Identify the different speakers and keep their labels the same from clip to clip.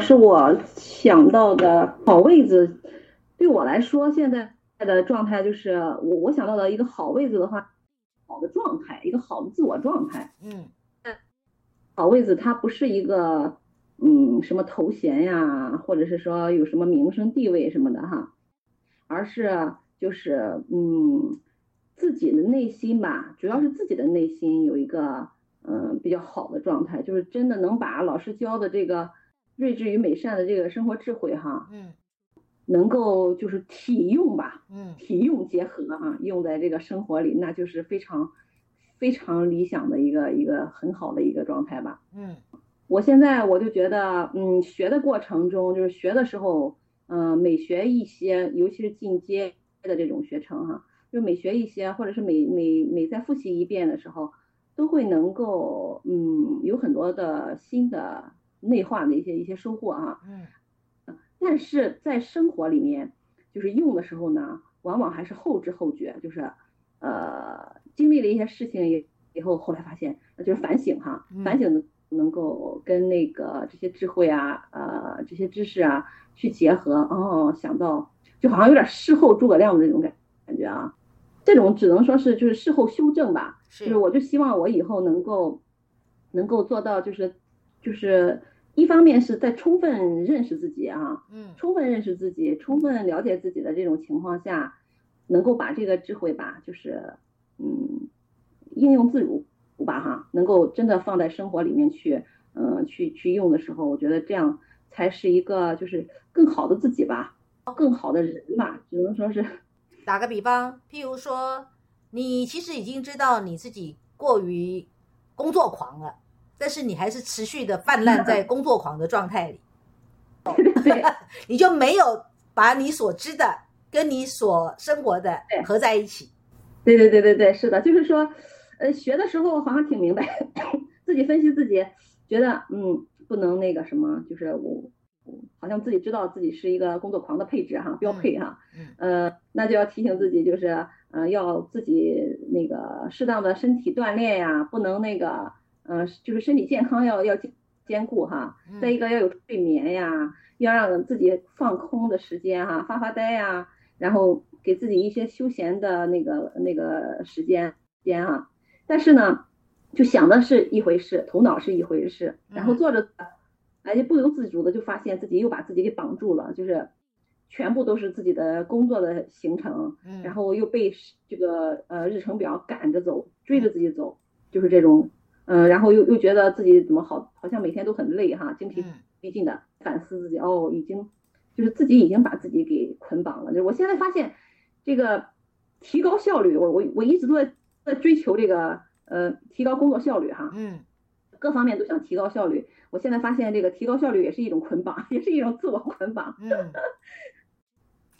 Speaker 1: 是我想到的好位置。对我来说，现在的状态就是我我想到的一个好位置的话，好的状态，一个好的自我状态。
Speaker 2: 嗯
Speaker 1: 好位置它不是一个嗯什么头衔呀，或者是说有什么名声地位什么的哈，而是就是嗯自己的内心吧，主要是自己的内心有一个嗯比较好的状态，就是真的能把老师教的这个睿智与美善的这个生活智慧哈，
Speaker 2: 嗯
Speaker 1: 能够就是体用吧，
Speaker 2: 嗯
Speaker 1: 体用结合啊，用在这个生活里，那就是非常非常理想的一个一个很好的一个状态吧。
Speaker 2: 嗯
Speaker 1: 我现在我就觉得，嗯，学的过程中，就是学的时候，嗯、每学一些，尤其是进阶的这种学程哈、就每学一些，或者是每每每再复习一遍的时候，都会能够，嗯，有很多的新的内化的一些一些收获啊。
Speaker 2: 嗯
Speaker 1: 但是在生活里面，就是用的时候呢，往往还是后知后觉，就是呃经历了一些事情以以后，后来发现呃就是反省哈
Speaker 2: 嗯，
Speaker 1: 反省能够跟那个这些智慧啊，呃这些知识啊去结合，哦，想到就好像有点事后诸葛亮的那种感感觉啊，这种只能说是就是事后修正吧，
Speaker 2: 是
Speaker 1: 就是我就希望我以后能够能够做到，就是就是一方面是在充分认识自己啊，
Speaker 2: 嗯
Speaker 1: 充分认识自己，充分了解自己的这种情况下，能够把这个智慧吧，就是嗯应用自如吧哈，能够真的放在生活里面去，嗯、去去用的时候，我觉得这样才是一个就是更好的自己吧，更好的人吧，只能说是
Speaker 2: 打个比方，譬如说，你其实已经知道你自己过于工作狂了，但是你还是持续的泛滥在工作狂的状态里，
Speaker 1: 对。
Speaker 2: 你就没有把你所知的跟你所生活的
Speaker 1: 对
Speaker 2: 合在一起。
Speaker 1: 对对对对对，是的，就是说，呃，学的时候好像挺明白，自己分析自己，觉得嗯，不能那个什么，就是我，我好像自己知道自己是一个工作狂的配置哈，标配哈，
Speaker 2: 嗯
Speaker 1: 呃，那就要提醒自己，就是呃，要自己那个适当的身体锻炼呀，不能那个，呃，就是身体健康要要兼兼顾哈，
Speaker 2: 嗯
Speaker 1: 再一个要有睡眠呀，要让自己放空的时间哈、发发呆呀、然后给自己一些休闲的那个那个时间间啊。但是呢，就想的是一回事，头脑是一回事，然后
Speaker 2: 嗯
Speaker 1: 做着，哎，就不由自主的就发现自己又把自己给绑住了，就是全部都是自己的工作的行程，
Speaker 2: 嗯
Speaker 1: 然后又被时这个呃日程表赶着走，追着自己走，就是这种，嗯、然后又又觉得自己怎么好，好像每天都很累哈，精疲
Speaker 2: 嗯
Speaker 1: 力尽的反思自己，哦，已经就是自己已经把自己给捆绑了。就是我现在发现，这个提高效率，我我我一直都在在追求这个呃提高工作效率哈，
Speaker 2: 嗯
Speaker 1: 各方面都想提高效率。我现在发现这个提高效率也是一种捆绑， 也是一种自我捆绑。
Speaker 2: 嗯，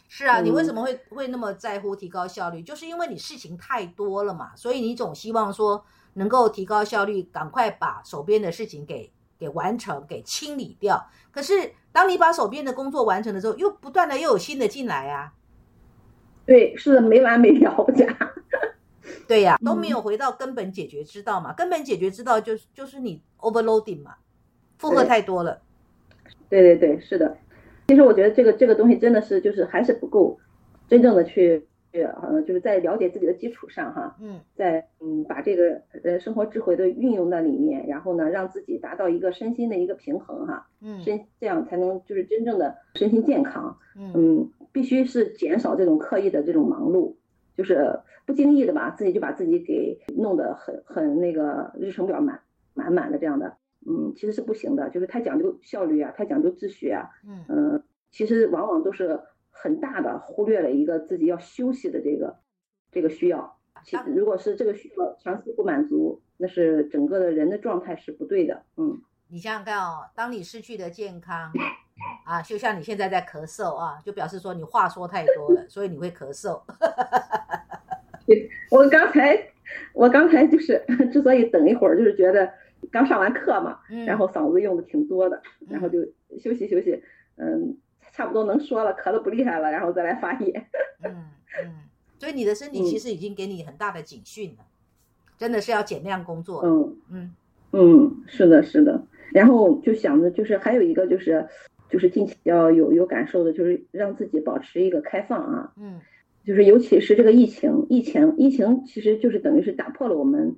Speaker 2: 是啊，
Speaker 1: 嗯
Speaker 2: 你为什么会会那么在乎提高效率？就是因为你事情太多了嘛，所以你总希望说能够提高效率，赶快把手边的事情给给完成、给清理掉。可是当你把手边的工作完成了之后，又不断的又有新的进来啊，
Speaker 1: 对，是的，没完没了，我讲。
Speaker 2: 对呀、
Speaker 1: 嗯
Speaker 2: 都没有回到根本解决之道嘛。根本解决之道就是就是你 overloading 嘛，负荷
Speaker 1: 对
Speaker 2: 太多了。
Speaker 1: 对对对，是的。其实我觉得这个这个东西真的是就是还是不够，真正的去呃就是在了解自己的基础上哈，
Speaker 2: 嗯
Speaker 1: 在嗯把这个呃生活智慧的运用在里面，然后呢让自己达到一个身心的一个平衡哈，
Speaker 2: 嗯
Speaker 1: 身这样才能就是真正的身心健康。
Speaker 2: 嗯
Speaker 1: 嗯，必须是减少这种刻意的这种忙碌，就是不经意的吧，自己就把自己给弄得很很那个日程表满满满的这样的，嗯，其实是不行的，就是太讲究效率啊，太讲究秩序啊，
Speaker 2: 嗯
Speaker 1: 嗯，其实往往都是很大的忽略了一个自己要休息的这个这个需要。其
Speaker 2: 当然
Speaker 1: 如果是这个需要长期不满足，那是整个的人的状态是不对的。嗯，
Speaker 2: 你想想看哦，当你失去了健康啊，就像你现在在咳嗽啊，就表示说你话说太多了，所以你会咳嗽。
Speaker 1: 我刚才我刚才就是 之所以等一会儿，就是觉得刚上完课嘛，
Speaker 2: 嗯，
Speaker 1: 然后嗓子用的挺多的，然后就休息休息，嗯，差不多能说了，咳的不厉害了，然后再来发言。
Speaker 2: 嗯嗯，所以你的身体其实已经给你很大的警讯了，真的是要减量工作 了。
Speaker 1: 嗯。
Speaker 2: 嗯
Speaker 1: 嗯，是的，是的。然后就想着，就是还有一个就是就是近期要有有感受的，就是让自己保持一个开放啊，
Speaker 2: 嗯
Speaker 1: 就是尤其是这个疫情，疫情，疫情其实就是等于是打破了我们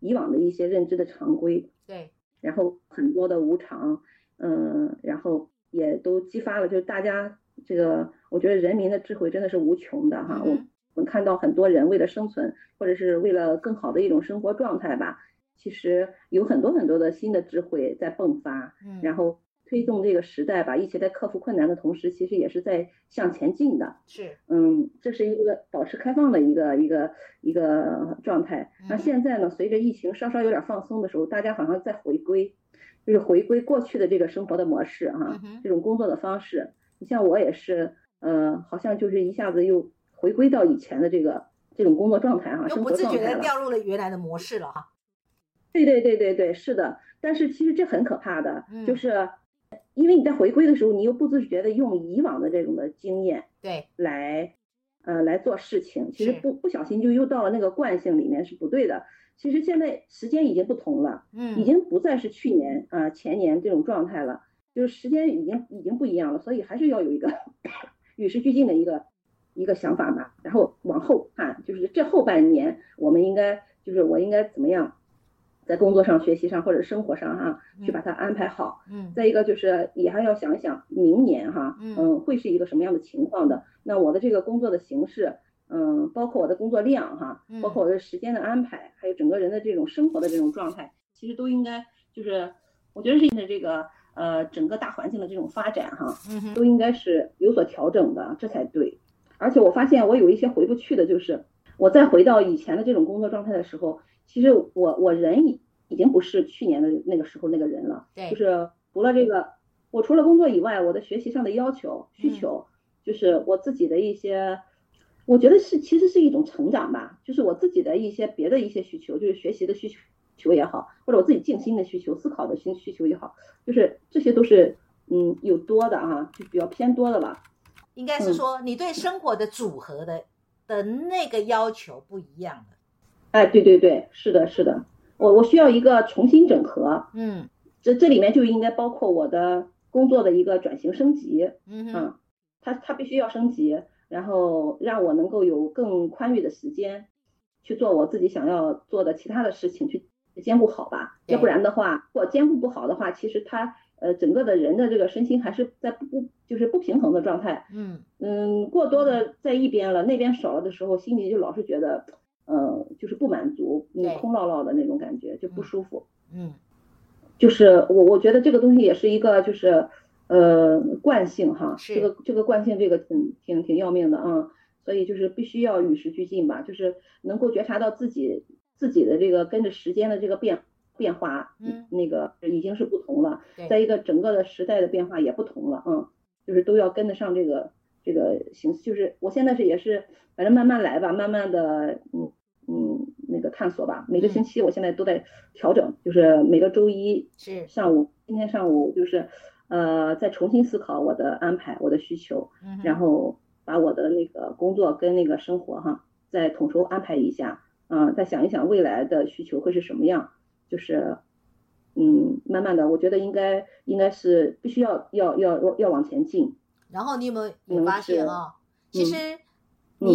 Speaker 1: 以往的一些认知的常规，
Speaker 2: 对，
Speaker 1: 然后很多的无常，嗯，然后也都激发了，就是大家这个，我觉得人民的智慧真的是无穷的哈。我
Speaker 2: 嗯
Speaker 1: 我们看到很多人为了生存，或者是为了更好的一种生活状态吧，其实有很多很多的新的智慧在迸发，
Speaker 2: 嗯，
Speaker 1: 然后推动这个时代吧，一起在克服困难的同时，其实也是在向前进的。
Speaker 2: 是
Speaker 1: 嗯，这是一个保持开放的一个一个一个状态。那
Speaker 2: 嗯
Speaker 1: 现在呢，随着疫情稍稍有点放松的时候，大家好像在回归，就是回归过去的这个生活的模式哈、
Speaker 2: 嗯哼
Speaker 1: 这种工作的方式。你像我也是，呃，好像就是一下子又回归到以前的这个这种工作状态哈、
Speaker 2: 又
Speaker 1: 生
Speaker 2: 不
Speaker 1: 活
Speaker 2: 自
Speaker 1: 状
Speaker 2: 觉
Speaker 1: 态
Speaker 2: 的
Speaker 1: 了。
Speaker 2: 掉入了原来的模式了哈，
Speaker 1: 对对对对对，是的。但是其实这很可怕的，
Speaker 2: 嗯
Speaker 1: 就是因为你在回归的时候，你又不自觉的用以往的这种的经验。
Speaker 2: 对，
Speaker 1: 来，呃，来做事情，其实
Speaker 2: 是
Speaker 1: 不不小心就又到了那个惯性里面是不对的。其实现在时间已经不同了，
Speaker 2: 嗯，
Speaker 1: 已经不再是去年啊、呃前年这种状态了，就是时间已经已经不一样了，所以还是要有一个与时俱进的一个一个想法吧。然后往后看，就是这后半年我们应该就是我应该怎么样，在工作上、学习上或者生活上哈、去把它安排好。
Speaker 2: 嗯
Speaker 1: 再一个就是也还要想一想明年哈，
Speaker 2: 嗯
Speaker 1: 嗯，会是一个什么样的情况的？那我的这个工作的形式，嗯，包括我的工作量哈，包括我的时间的安排，还有整个人的这种生活的这种状态，其实都应该就是，我觉得是现在这个呃整个大环境的这种发展哈，
Speaker 2: 嗯哼，
Speaker 1: 都应该是有所调整的，这才对。而且我发现我有一些回不去的，就是我再回到以前的这种工作状态的时候，其实我我人已已经不是去年的那个时候那个人了。
Speaker 2: 对，
Speaker 1: 就是除了这个，我除了工作以外，我的学习上的要求、需
Speaker 2: 嗯
Speaker 1: 求，就是我自己的一些，我觉得是其实是一种成长吧，就是我自己的一些别的一些需求，就是学习的需求也好，或者我自己静心的需求、思考的需需求也好，就是这些都是嗯有多的啊，就比较偏多的吧。
Speaker 2: 应该是
Speaker 1: 嗯
Speaker 2: 说你对生活的组合的的那个要求不一样了，
Speaker 1: 哎，对对对，是的，是的，我我需要一个重新整合，
Speaker 2: 嗯
Speaker 1: 这这里面就应该包括我的工作的一个转型升级。
Speaker 2: 嗯哼，
Speaker 1: 嗯，它它必须要升级，然后让我能够有更宽裕的时间去做我自己想要做的其他的事情，去兼顾好吧。要不
Speaker 2: 对
Speaker 1: 然的话，我兼顾不好的话，其实他呃整个的人的这个身心还是在不不就是不平衡的状态。
Speaker 2: 嗯
Speaker 1: 嗯，过多的在一边了，那边少了的时候，心里就老是觉得，呃，就是不满足，
Speaker 2: 对
Speaker 1: 嗯，空落落的那种感觉，就不
Speaker 2: 嗯
Speaker 1: 舒服。
Speaker 2: 嗯，
Speaker 1: 就是我我觉得这个东西也是一个就是呃惯性哈，
Speaker 2: 是
Speaker 1: 这个这个惯性这个挺挺挺要命的啊，所以就是必须要与时俱进吧，就是能够觉察到自己自己的这个跟着时间的这个变变化，
Speaker 2: 嗯，
Speaker 1: 那个已经是不同了，
Speaker 2: 对
Speaker 1: 再一个整个的时代的变化也不同了啊，就是都要跟得上这个这个形，就是我现在是也是反正慢慢来吧，慢慢的嗯。嗯，那个探索吧。每个
Speaker 2: 嗯
Speaker 1: 星期，我现在都在调整，就是每个周一
Speaker 2: 是，
Speaker 1: 上午，今天上午就是，呃，再重新思考我的安排、我的需求，
Speaker 2: 嗯哼
Speaker 1: 然后把我的那个工作跟那个生活哈，再统筹安排一下，嗯、再想一想未来的需求会是什么样，就是，嗯，慢慢的，我觉得应该应该是必须要要要要要往前进，
Speaker 2: 然后你有没有也
Speaker 1: 嗯
Speaker 2: 发
Speaker 1: 是
Speaker 2: 现啊、其
Speaker 1: 嗯
Speaker 2: 实你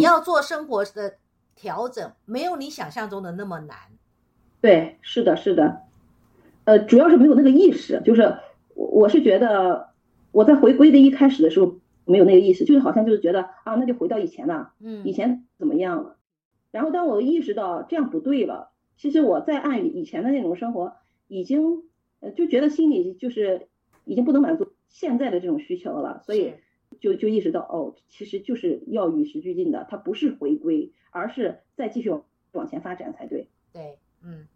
Speaker 1: 嗯
Speaker 2: 要做生活的调整，没有你想象中的那么难。
Speaker 1: 对，是的，是的，呃，主要是没有那个意识，就是我我是觉得我在回归的一开始的时候没有那个意识，就是好像就是觉得啊，那就回到以前了。
Speaker 2: 嗯
Speaker 1: 以前怎么样了。然后当我意识到这样不对了，其实我再按以前的那种生活，已经呃就觉得心里就是已经不能满足现在的这种需求了，所以
Speaker 2: 是
Speaker 1: 就就意识到哦，其实就是要与时俱进的，它不是回归，而是再继续往前发展才对。
Speaker 2: 对，嗯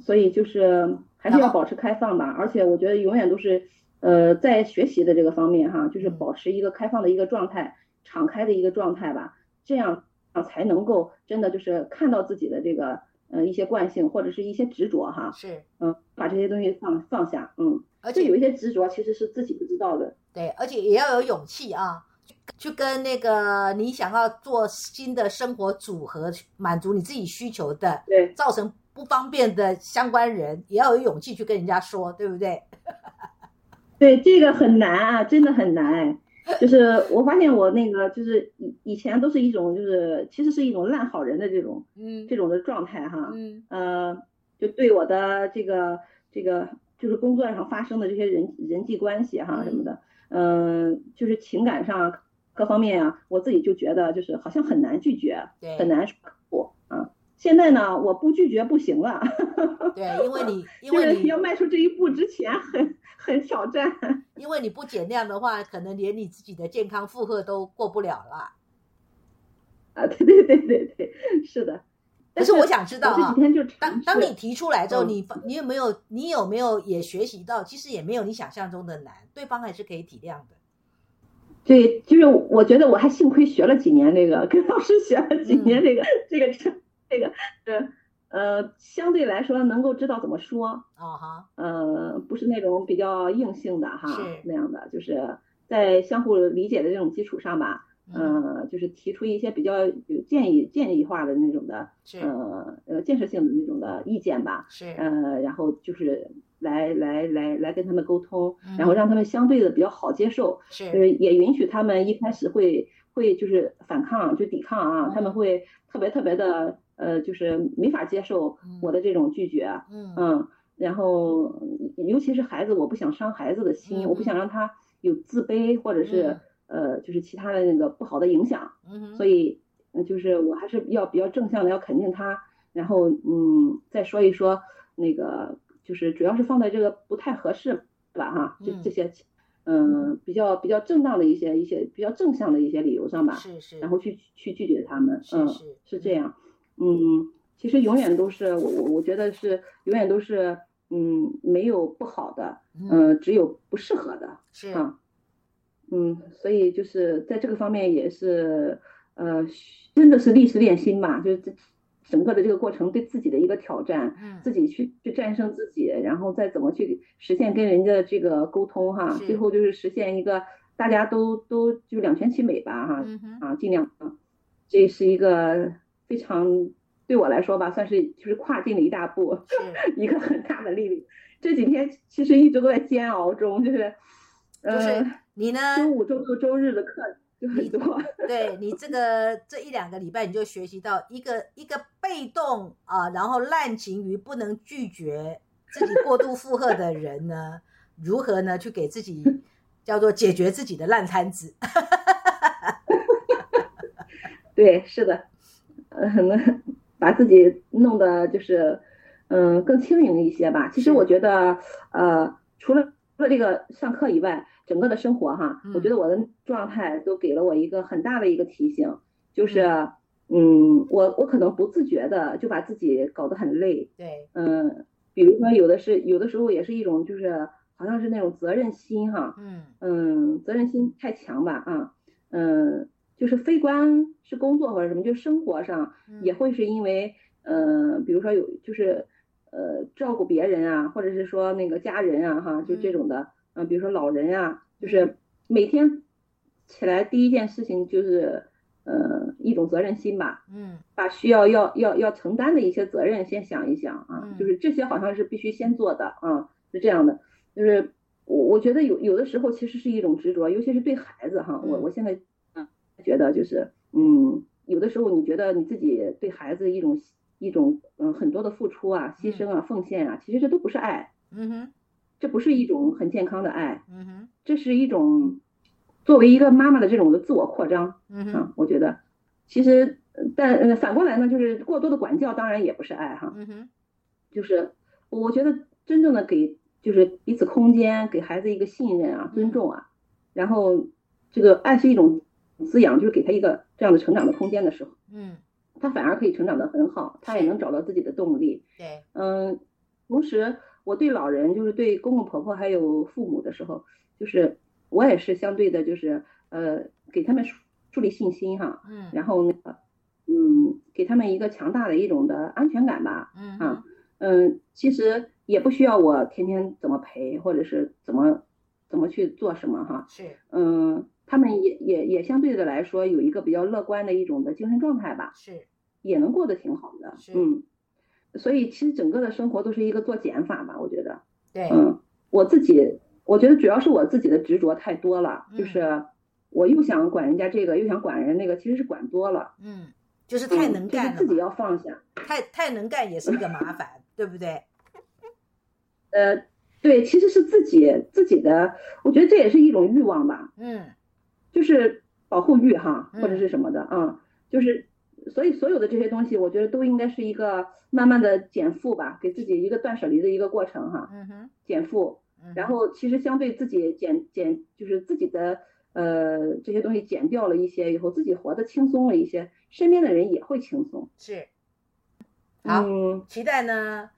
Speaker 1: 所以就是还是
Speaker 2: 然
Speaker 1: 要
Speaker 2: 后
Speaker 1: 保持开放吧，而且我觉得永远都是，呃，在学习的这个方面哈，就是
Speaker 2: 嗯
Speaker 1: 保持一个开放的一个状态，敞开的一个状态吧，这样啊才能够真的就是看到自己的这个呃一些惯性或者是一些执着哈，
Speaker 2: 是，
Speaker 1: 嗯，把这些东西放放下，嗯，
Speaker 2: 而
Speaker 1: 就
Speaker 2: 且
Speaker 1: 有一些执着其实是自己不知道的，
Speaker 2: 对，而且也要有勇气啊，去跟那个你想要做新的生活组合，满足你自己需求的，
Speaker 1: 对，
Speaker 2: 造成不方便的相关人，也要有勇气去跟人家说，对不对？
Speaker 1: 对，这个很难啊，真的很难。就是我发现我那个就是以以前都是一种就是其实是一种烂好人的这种
Speaker 2: 嗯
Speaker 1: 这种的状态哈，
Speaker 2: 嗯
Speaker 1: 呃，就对我的这个这个就是工作上发生的这些人人际关系哈什么的，嗯、就是情感上各方面啊，我自己就觉得就是好像很难拒绝，
Speaker 2: 对
Speaker 1: 很难说不啊。现在呢，我不拒绝不行了，
Speaker 2: 对，因为你因
Speaker 1: 就
Speaker 2: 为
Speaker 1: 是
Speaker 2: 你
Speaker 1: 要迈出这一步之前很很挑战。
Speaker 2: 因为你不减量的话，可能连你自己的健康负荷都过不了啦。
Speaker 1: 啊，对对对对对，是的。
Speaker 2: 可
Speaker 1: 但
Speaker 2: 是我想知道
Speaker 1: 这
Speaker 2: 哈
Speaker 1: 几，天就
Speaker 2: 当
Speaker 1: 尝
Speaker 2: 当
Speaker 1: 试
Speaker 2: 你提出来之后，
Speaker 1: 嗯
Speaker 2: 你发你有没有你有没有也学习到，其实也没有你想象中的难，对方还是可以体谅的。
Speaker 1: 对，就是我觉得我还幸亏学了几年这个，跟老师学了
Speaker 2: 嗯
Speaker 1: 几年这个、这个这这个呃呃，相对来说能够知道怎么说，
Speaker 2: 啊哈，
Speaker 1: 呃，不是那种比较硬性的哈
Speaker 2: 是
Speaker 1: 那样的，就是在相互理解的这种基础上吧，
Speaker 2: 嗯，
Speaker 1: 呃，就是提出一些比较有建议建议化的那种的
Speaker 2: 是
Speaker 1: 呃呃建设性的那种的意见吧，
Speaker 2: 是，
Speaker 1: 呃，然后就是来来来来跟他们沟通，然后
Speaker 2: 嗯
Speaker 1: 让他们相对的比较好接受，就是是也允许他们一开始会会就是反抗就抵抗啊，他们
Speaker 2: 嗯
Speaker 1: 会特别特别的呃，就是没法接受我的这种拒绝，
Speaker 2: 嗯
Speaker 1: 嗯，然后尤其是孩子，我不想伤孩子的心，我不
Speaker 2: 嗯
Speaker 1: 想让他有自卑或者是呃就是其他的那个不好的影响，
Speaker 2: 嗯
Speaker 1: 所
Speaker 2: 哼，
Speaker 1: 以呃就是我还是要比较正向的，要肯定他，然后嗯，再说一说那个，就是主要是放在这个不太合适吧哈，这
Speaker 2: 嗯
Speaker 1: 这些，嗯、比较比较正当的一些一些比较正向的一些理由上吧，
Speaker 2: 是是，
Speaker 1: 啊然后去去拒绝他们，
Speaker 2: 是
Speaker 1: 嗯，
Speaker 2: 是
Speaker 1: 是这样，嗯，其实永远都是我我我觉得是永远都是嗯没有不好的，
Speaker 2: 嗯
Speaker 1: 呃，只有不适合的，
Speaker 2: 是
Speaker 1: 啊，嗯，所以就是在这个方面也是，呃，真的是历史练心吧，就是这整个的这个过程对自己的一个挑战，
Speaker 2: 嗯
Speaker 1: 自己去去战胜自己，然后再怎么去实现跟人家这个沟通哈，
Speaker 2: 是
Speaker 1: 最后就是实现一个大家都都就两全其美吧哈，
Speaker 2: 嗯哼
Speaker 1: 啊，尽量啊，这是一个非常对我来说吧，算是就是跨进了一大步。
Speaker 2: 是，
Speaker 1: 一个很大的力量。这几天其实一直都在煎熬中，就是，
Speaker 2: 就是
Speaker 1: 呃，
Speaker 2: 你呢？
Speaker 1: 周五、周六、周日的课就很多。
Speaker 2: 对你这个这一两个礼拜，你就学习到一个一个被动啊，然后滥情于不能拒绝自己过度负荷的人呢，如何呢去给 自己叫做解决自己的烂摊子？
Speaker 1: 对，是的，嗯，把自己弄得就是，嗯，更轻盈一些吧。其实
Speaker 2: 是
Speaker 1: 我觉得，呃，除了除了这个上课以外，整个的生活哈，我觉
Speaker 2: 嗯
Speaker 1: 得我的状态都给了我一个很大的一个提醒，就是，
Speaker 2: 嗯
Speaker 1: 嗯，我我可能不自觉的就把自己搞得很累，
Speaker 2: 对，
Speaker 1: 嗯，比如说有的是有的时候也是一种就是好像是那种责任心哈，
Speaker 2: 嗯
Speaker 1: 嗯，责任心太强吧啊，嗯，就是非关是工作或者什么，就生活上
Speaker 2: 嗯
Speaker 1: 也会是因为呃，比如说有就是呃照顾别人啊，或者是说那个家人啊哈，就这
Speaker 2: 嗯
Speaker 1: 种的，嗯、比如说老人啊，就是每天起来第一件事情就是呃一种责任心吧，
Speaker 2: 嗯
Speaker 1: 把需要要要要承担的一些责任先想一想啊，
Speaker 2: 嗯
Speaker 1: 就是这些好像是必须先做的啊，是这样的，就是我我觉得有有的时候其实是一种执着，尤其是对孩子哈，我
Speaker 2: 嗯
Speaker 1: 我现在嗯觉得就是嗯，有的时候你觉得你自己对孩子一种一种嗯很多的付出啊、牺牲啊、奉献啊，其实这都不是爱，
Speaker 2: 嗯哼
Speaker 1: 这不是一种很健康的爱，
Speaker 2: 嗯哼
Speaker 1: 这是一种作为一个妈妈的这种的自我扩张。
Speaker 2: 嗯哼
Speaker 1: 啊，我觉得其实，呃但呃，反过来呢，就是过多的管教当然也不是爱哈，
Speaker 2: 嗯哼
Speaker 1: 就是我觉得真正的给就是彼此空间，给孩子一个信任啊、尊重啊，然后这个爱是一种滋养，就是给他一个这样的成长的空间的时候，
Speaker 2: 嗯，
Speaker 1: 他反而可以成长得很好，他也
Speaker 2: 是
Speaker 1: 能找到自己的动力。
Speaker 2: 对，
Speaker 1: 嗯，同时我对老人，就是对公公婆婆还有父母的时候，就是我也是相对的，就是呃，给他们树树立信心哈、
Speaker 2: 嗯
Speaker 1: 然后那个，嗯，给他们一个强大的一种的安全感吧。
Speaker 2: 嗯
Speaker 1: 啊
Speaker 2: 哼
Speaker 1: 嗯，其实也不需要我天天怎么陪，或者是怎么怎么去做什么哈。
Speaker 2: 是
Speaker 1: 嗯，他们也也也相对的来说有一个比较乐观的一种的精神状态吧，
Speaker 2: 是
Speaker 1: 也能过得挺好的
Speaker 2: 是。
Speaker 1: 嗯，所以其实整个的生活都是一个做减法吧，我觉得。
Speaker 2: 对，
Speaker 1: 嗯，我自己我觉得主要是我自己的执着太多了，
Speaker 2: 嗯
Speaker 1: 就是我又想管人家这个，又想管人那个，其实是管多了，
Speaker 2: 嗯，就是太能
Speaker 1: 嗯
Speaker 2: 干了
Speaker 1: 就是自己
Speaker 2: 嘛，
Speaker 1: 要放下。
Speaker 2: 太太能干也是一个麻烦，对不对？
Speaker 1: 呃，对，其实是自己自己的，我觉得这也是一种欲望吧，
Speaker 2: 嗯
Speaker 1: 就是保护欲哈，
Speaker 2: 嗯
Speaker 1: 或者是什么的啊、就是所以所有的这些东西，我觉得都应该是一个慢慢的减负吧，给自己一个断舍离的一个过程哈，
Speaker 2: 嗯哼，
Speaker 1: 减负。
Speaker 2: 嗯
Speaker 1: 然
Speaker 2: 哼
Speaker 1: 后其实相对自己减减，就是自己的呃这些东西减掉了一些以后，自己活得轻松了一些，身边的人也会轻松。
Speaker 2: 是好
Speaker 1: 嗯，
Speaker 2: 期待呢，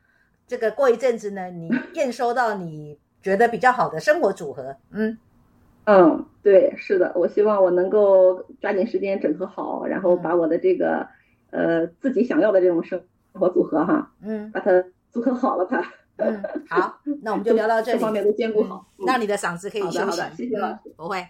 Speaker 2: 这个过一阵子呢，你验收到你觉得比较好的生活组合，嗯
Speaker 1: 嗯，对，是的，我希望我能够抓紧时间整合好，然后
Speaker 2: 嗯
Speaker 1: 把我的这个呃自己想要的这种生活组合哈，
Speaker 2: 嗯
Speaker 1: 把它组合好了吧，
Speaker 2: 嗯，好，那我们就聊到这
Speaker 1: 各
Speaker 2: 里，
Speaker 1: 方面都兼顾好
Speaker 2: 嗯。让你的嗓子可以
Speaker 1: 好的
Speaker 2: 休
Speaker 1: 好
Speaker 2: 息
Speaker 1: 的，谢谢老
Speaker 2: 嗯不会。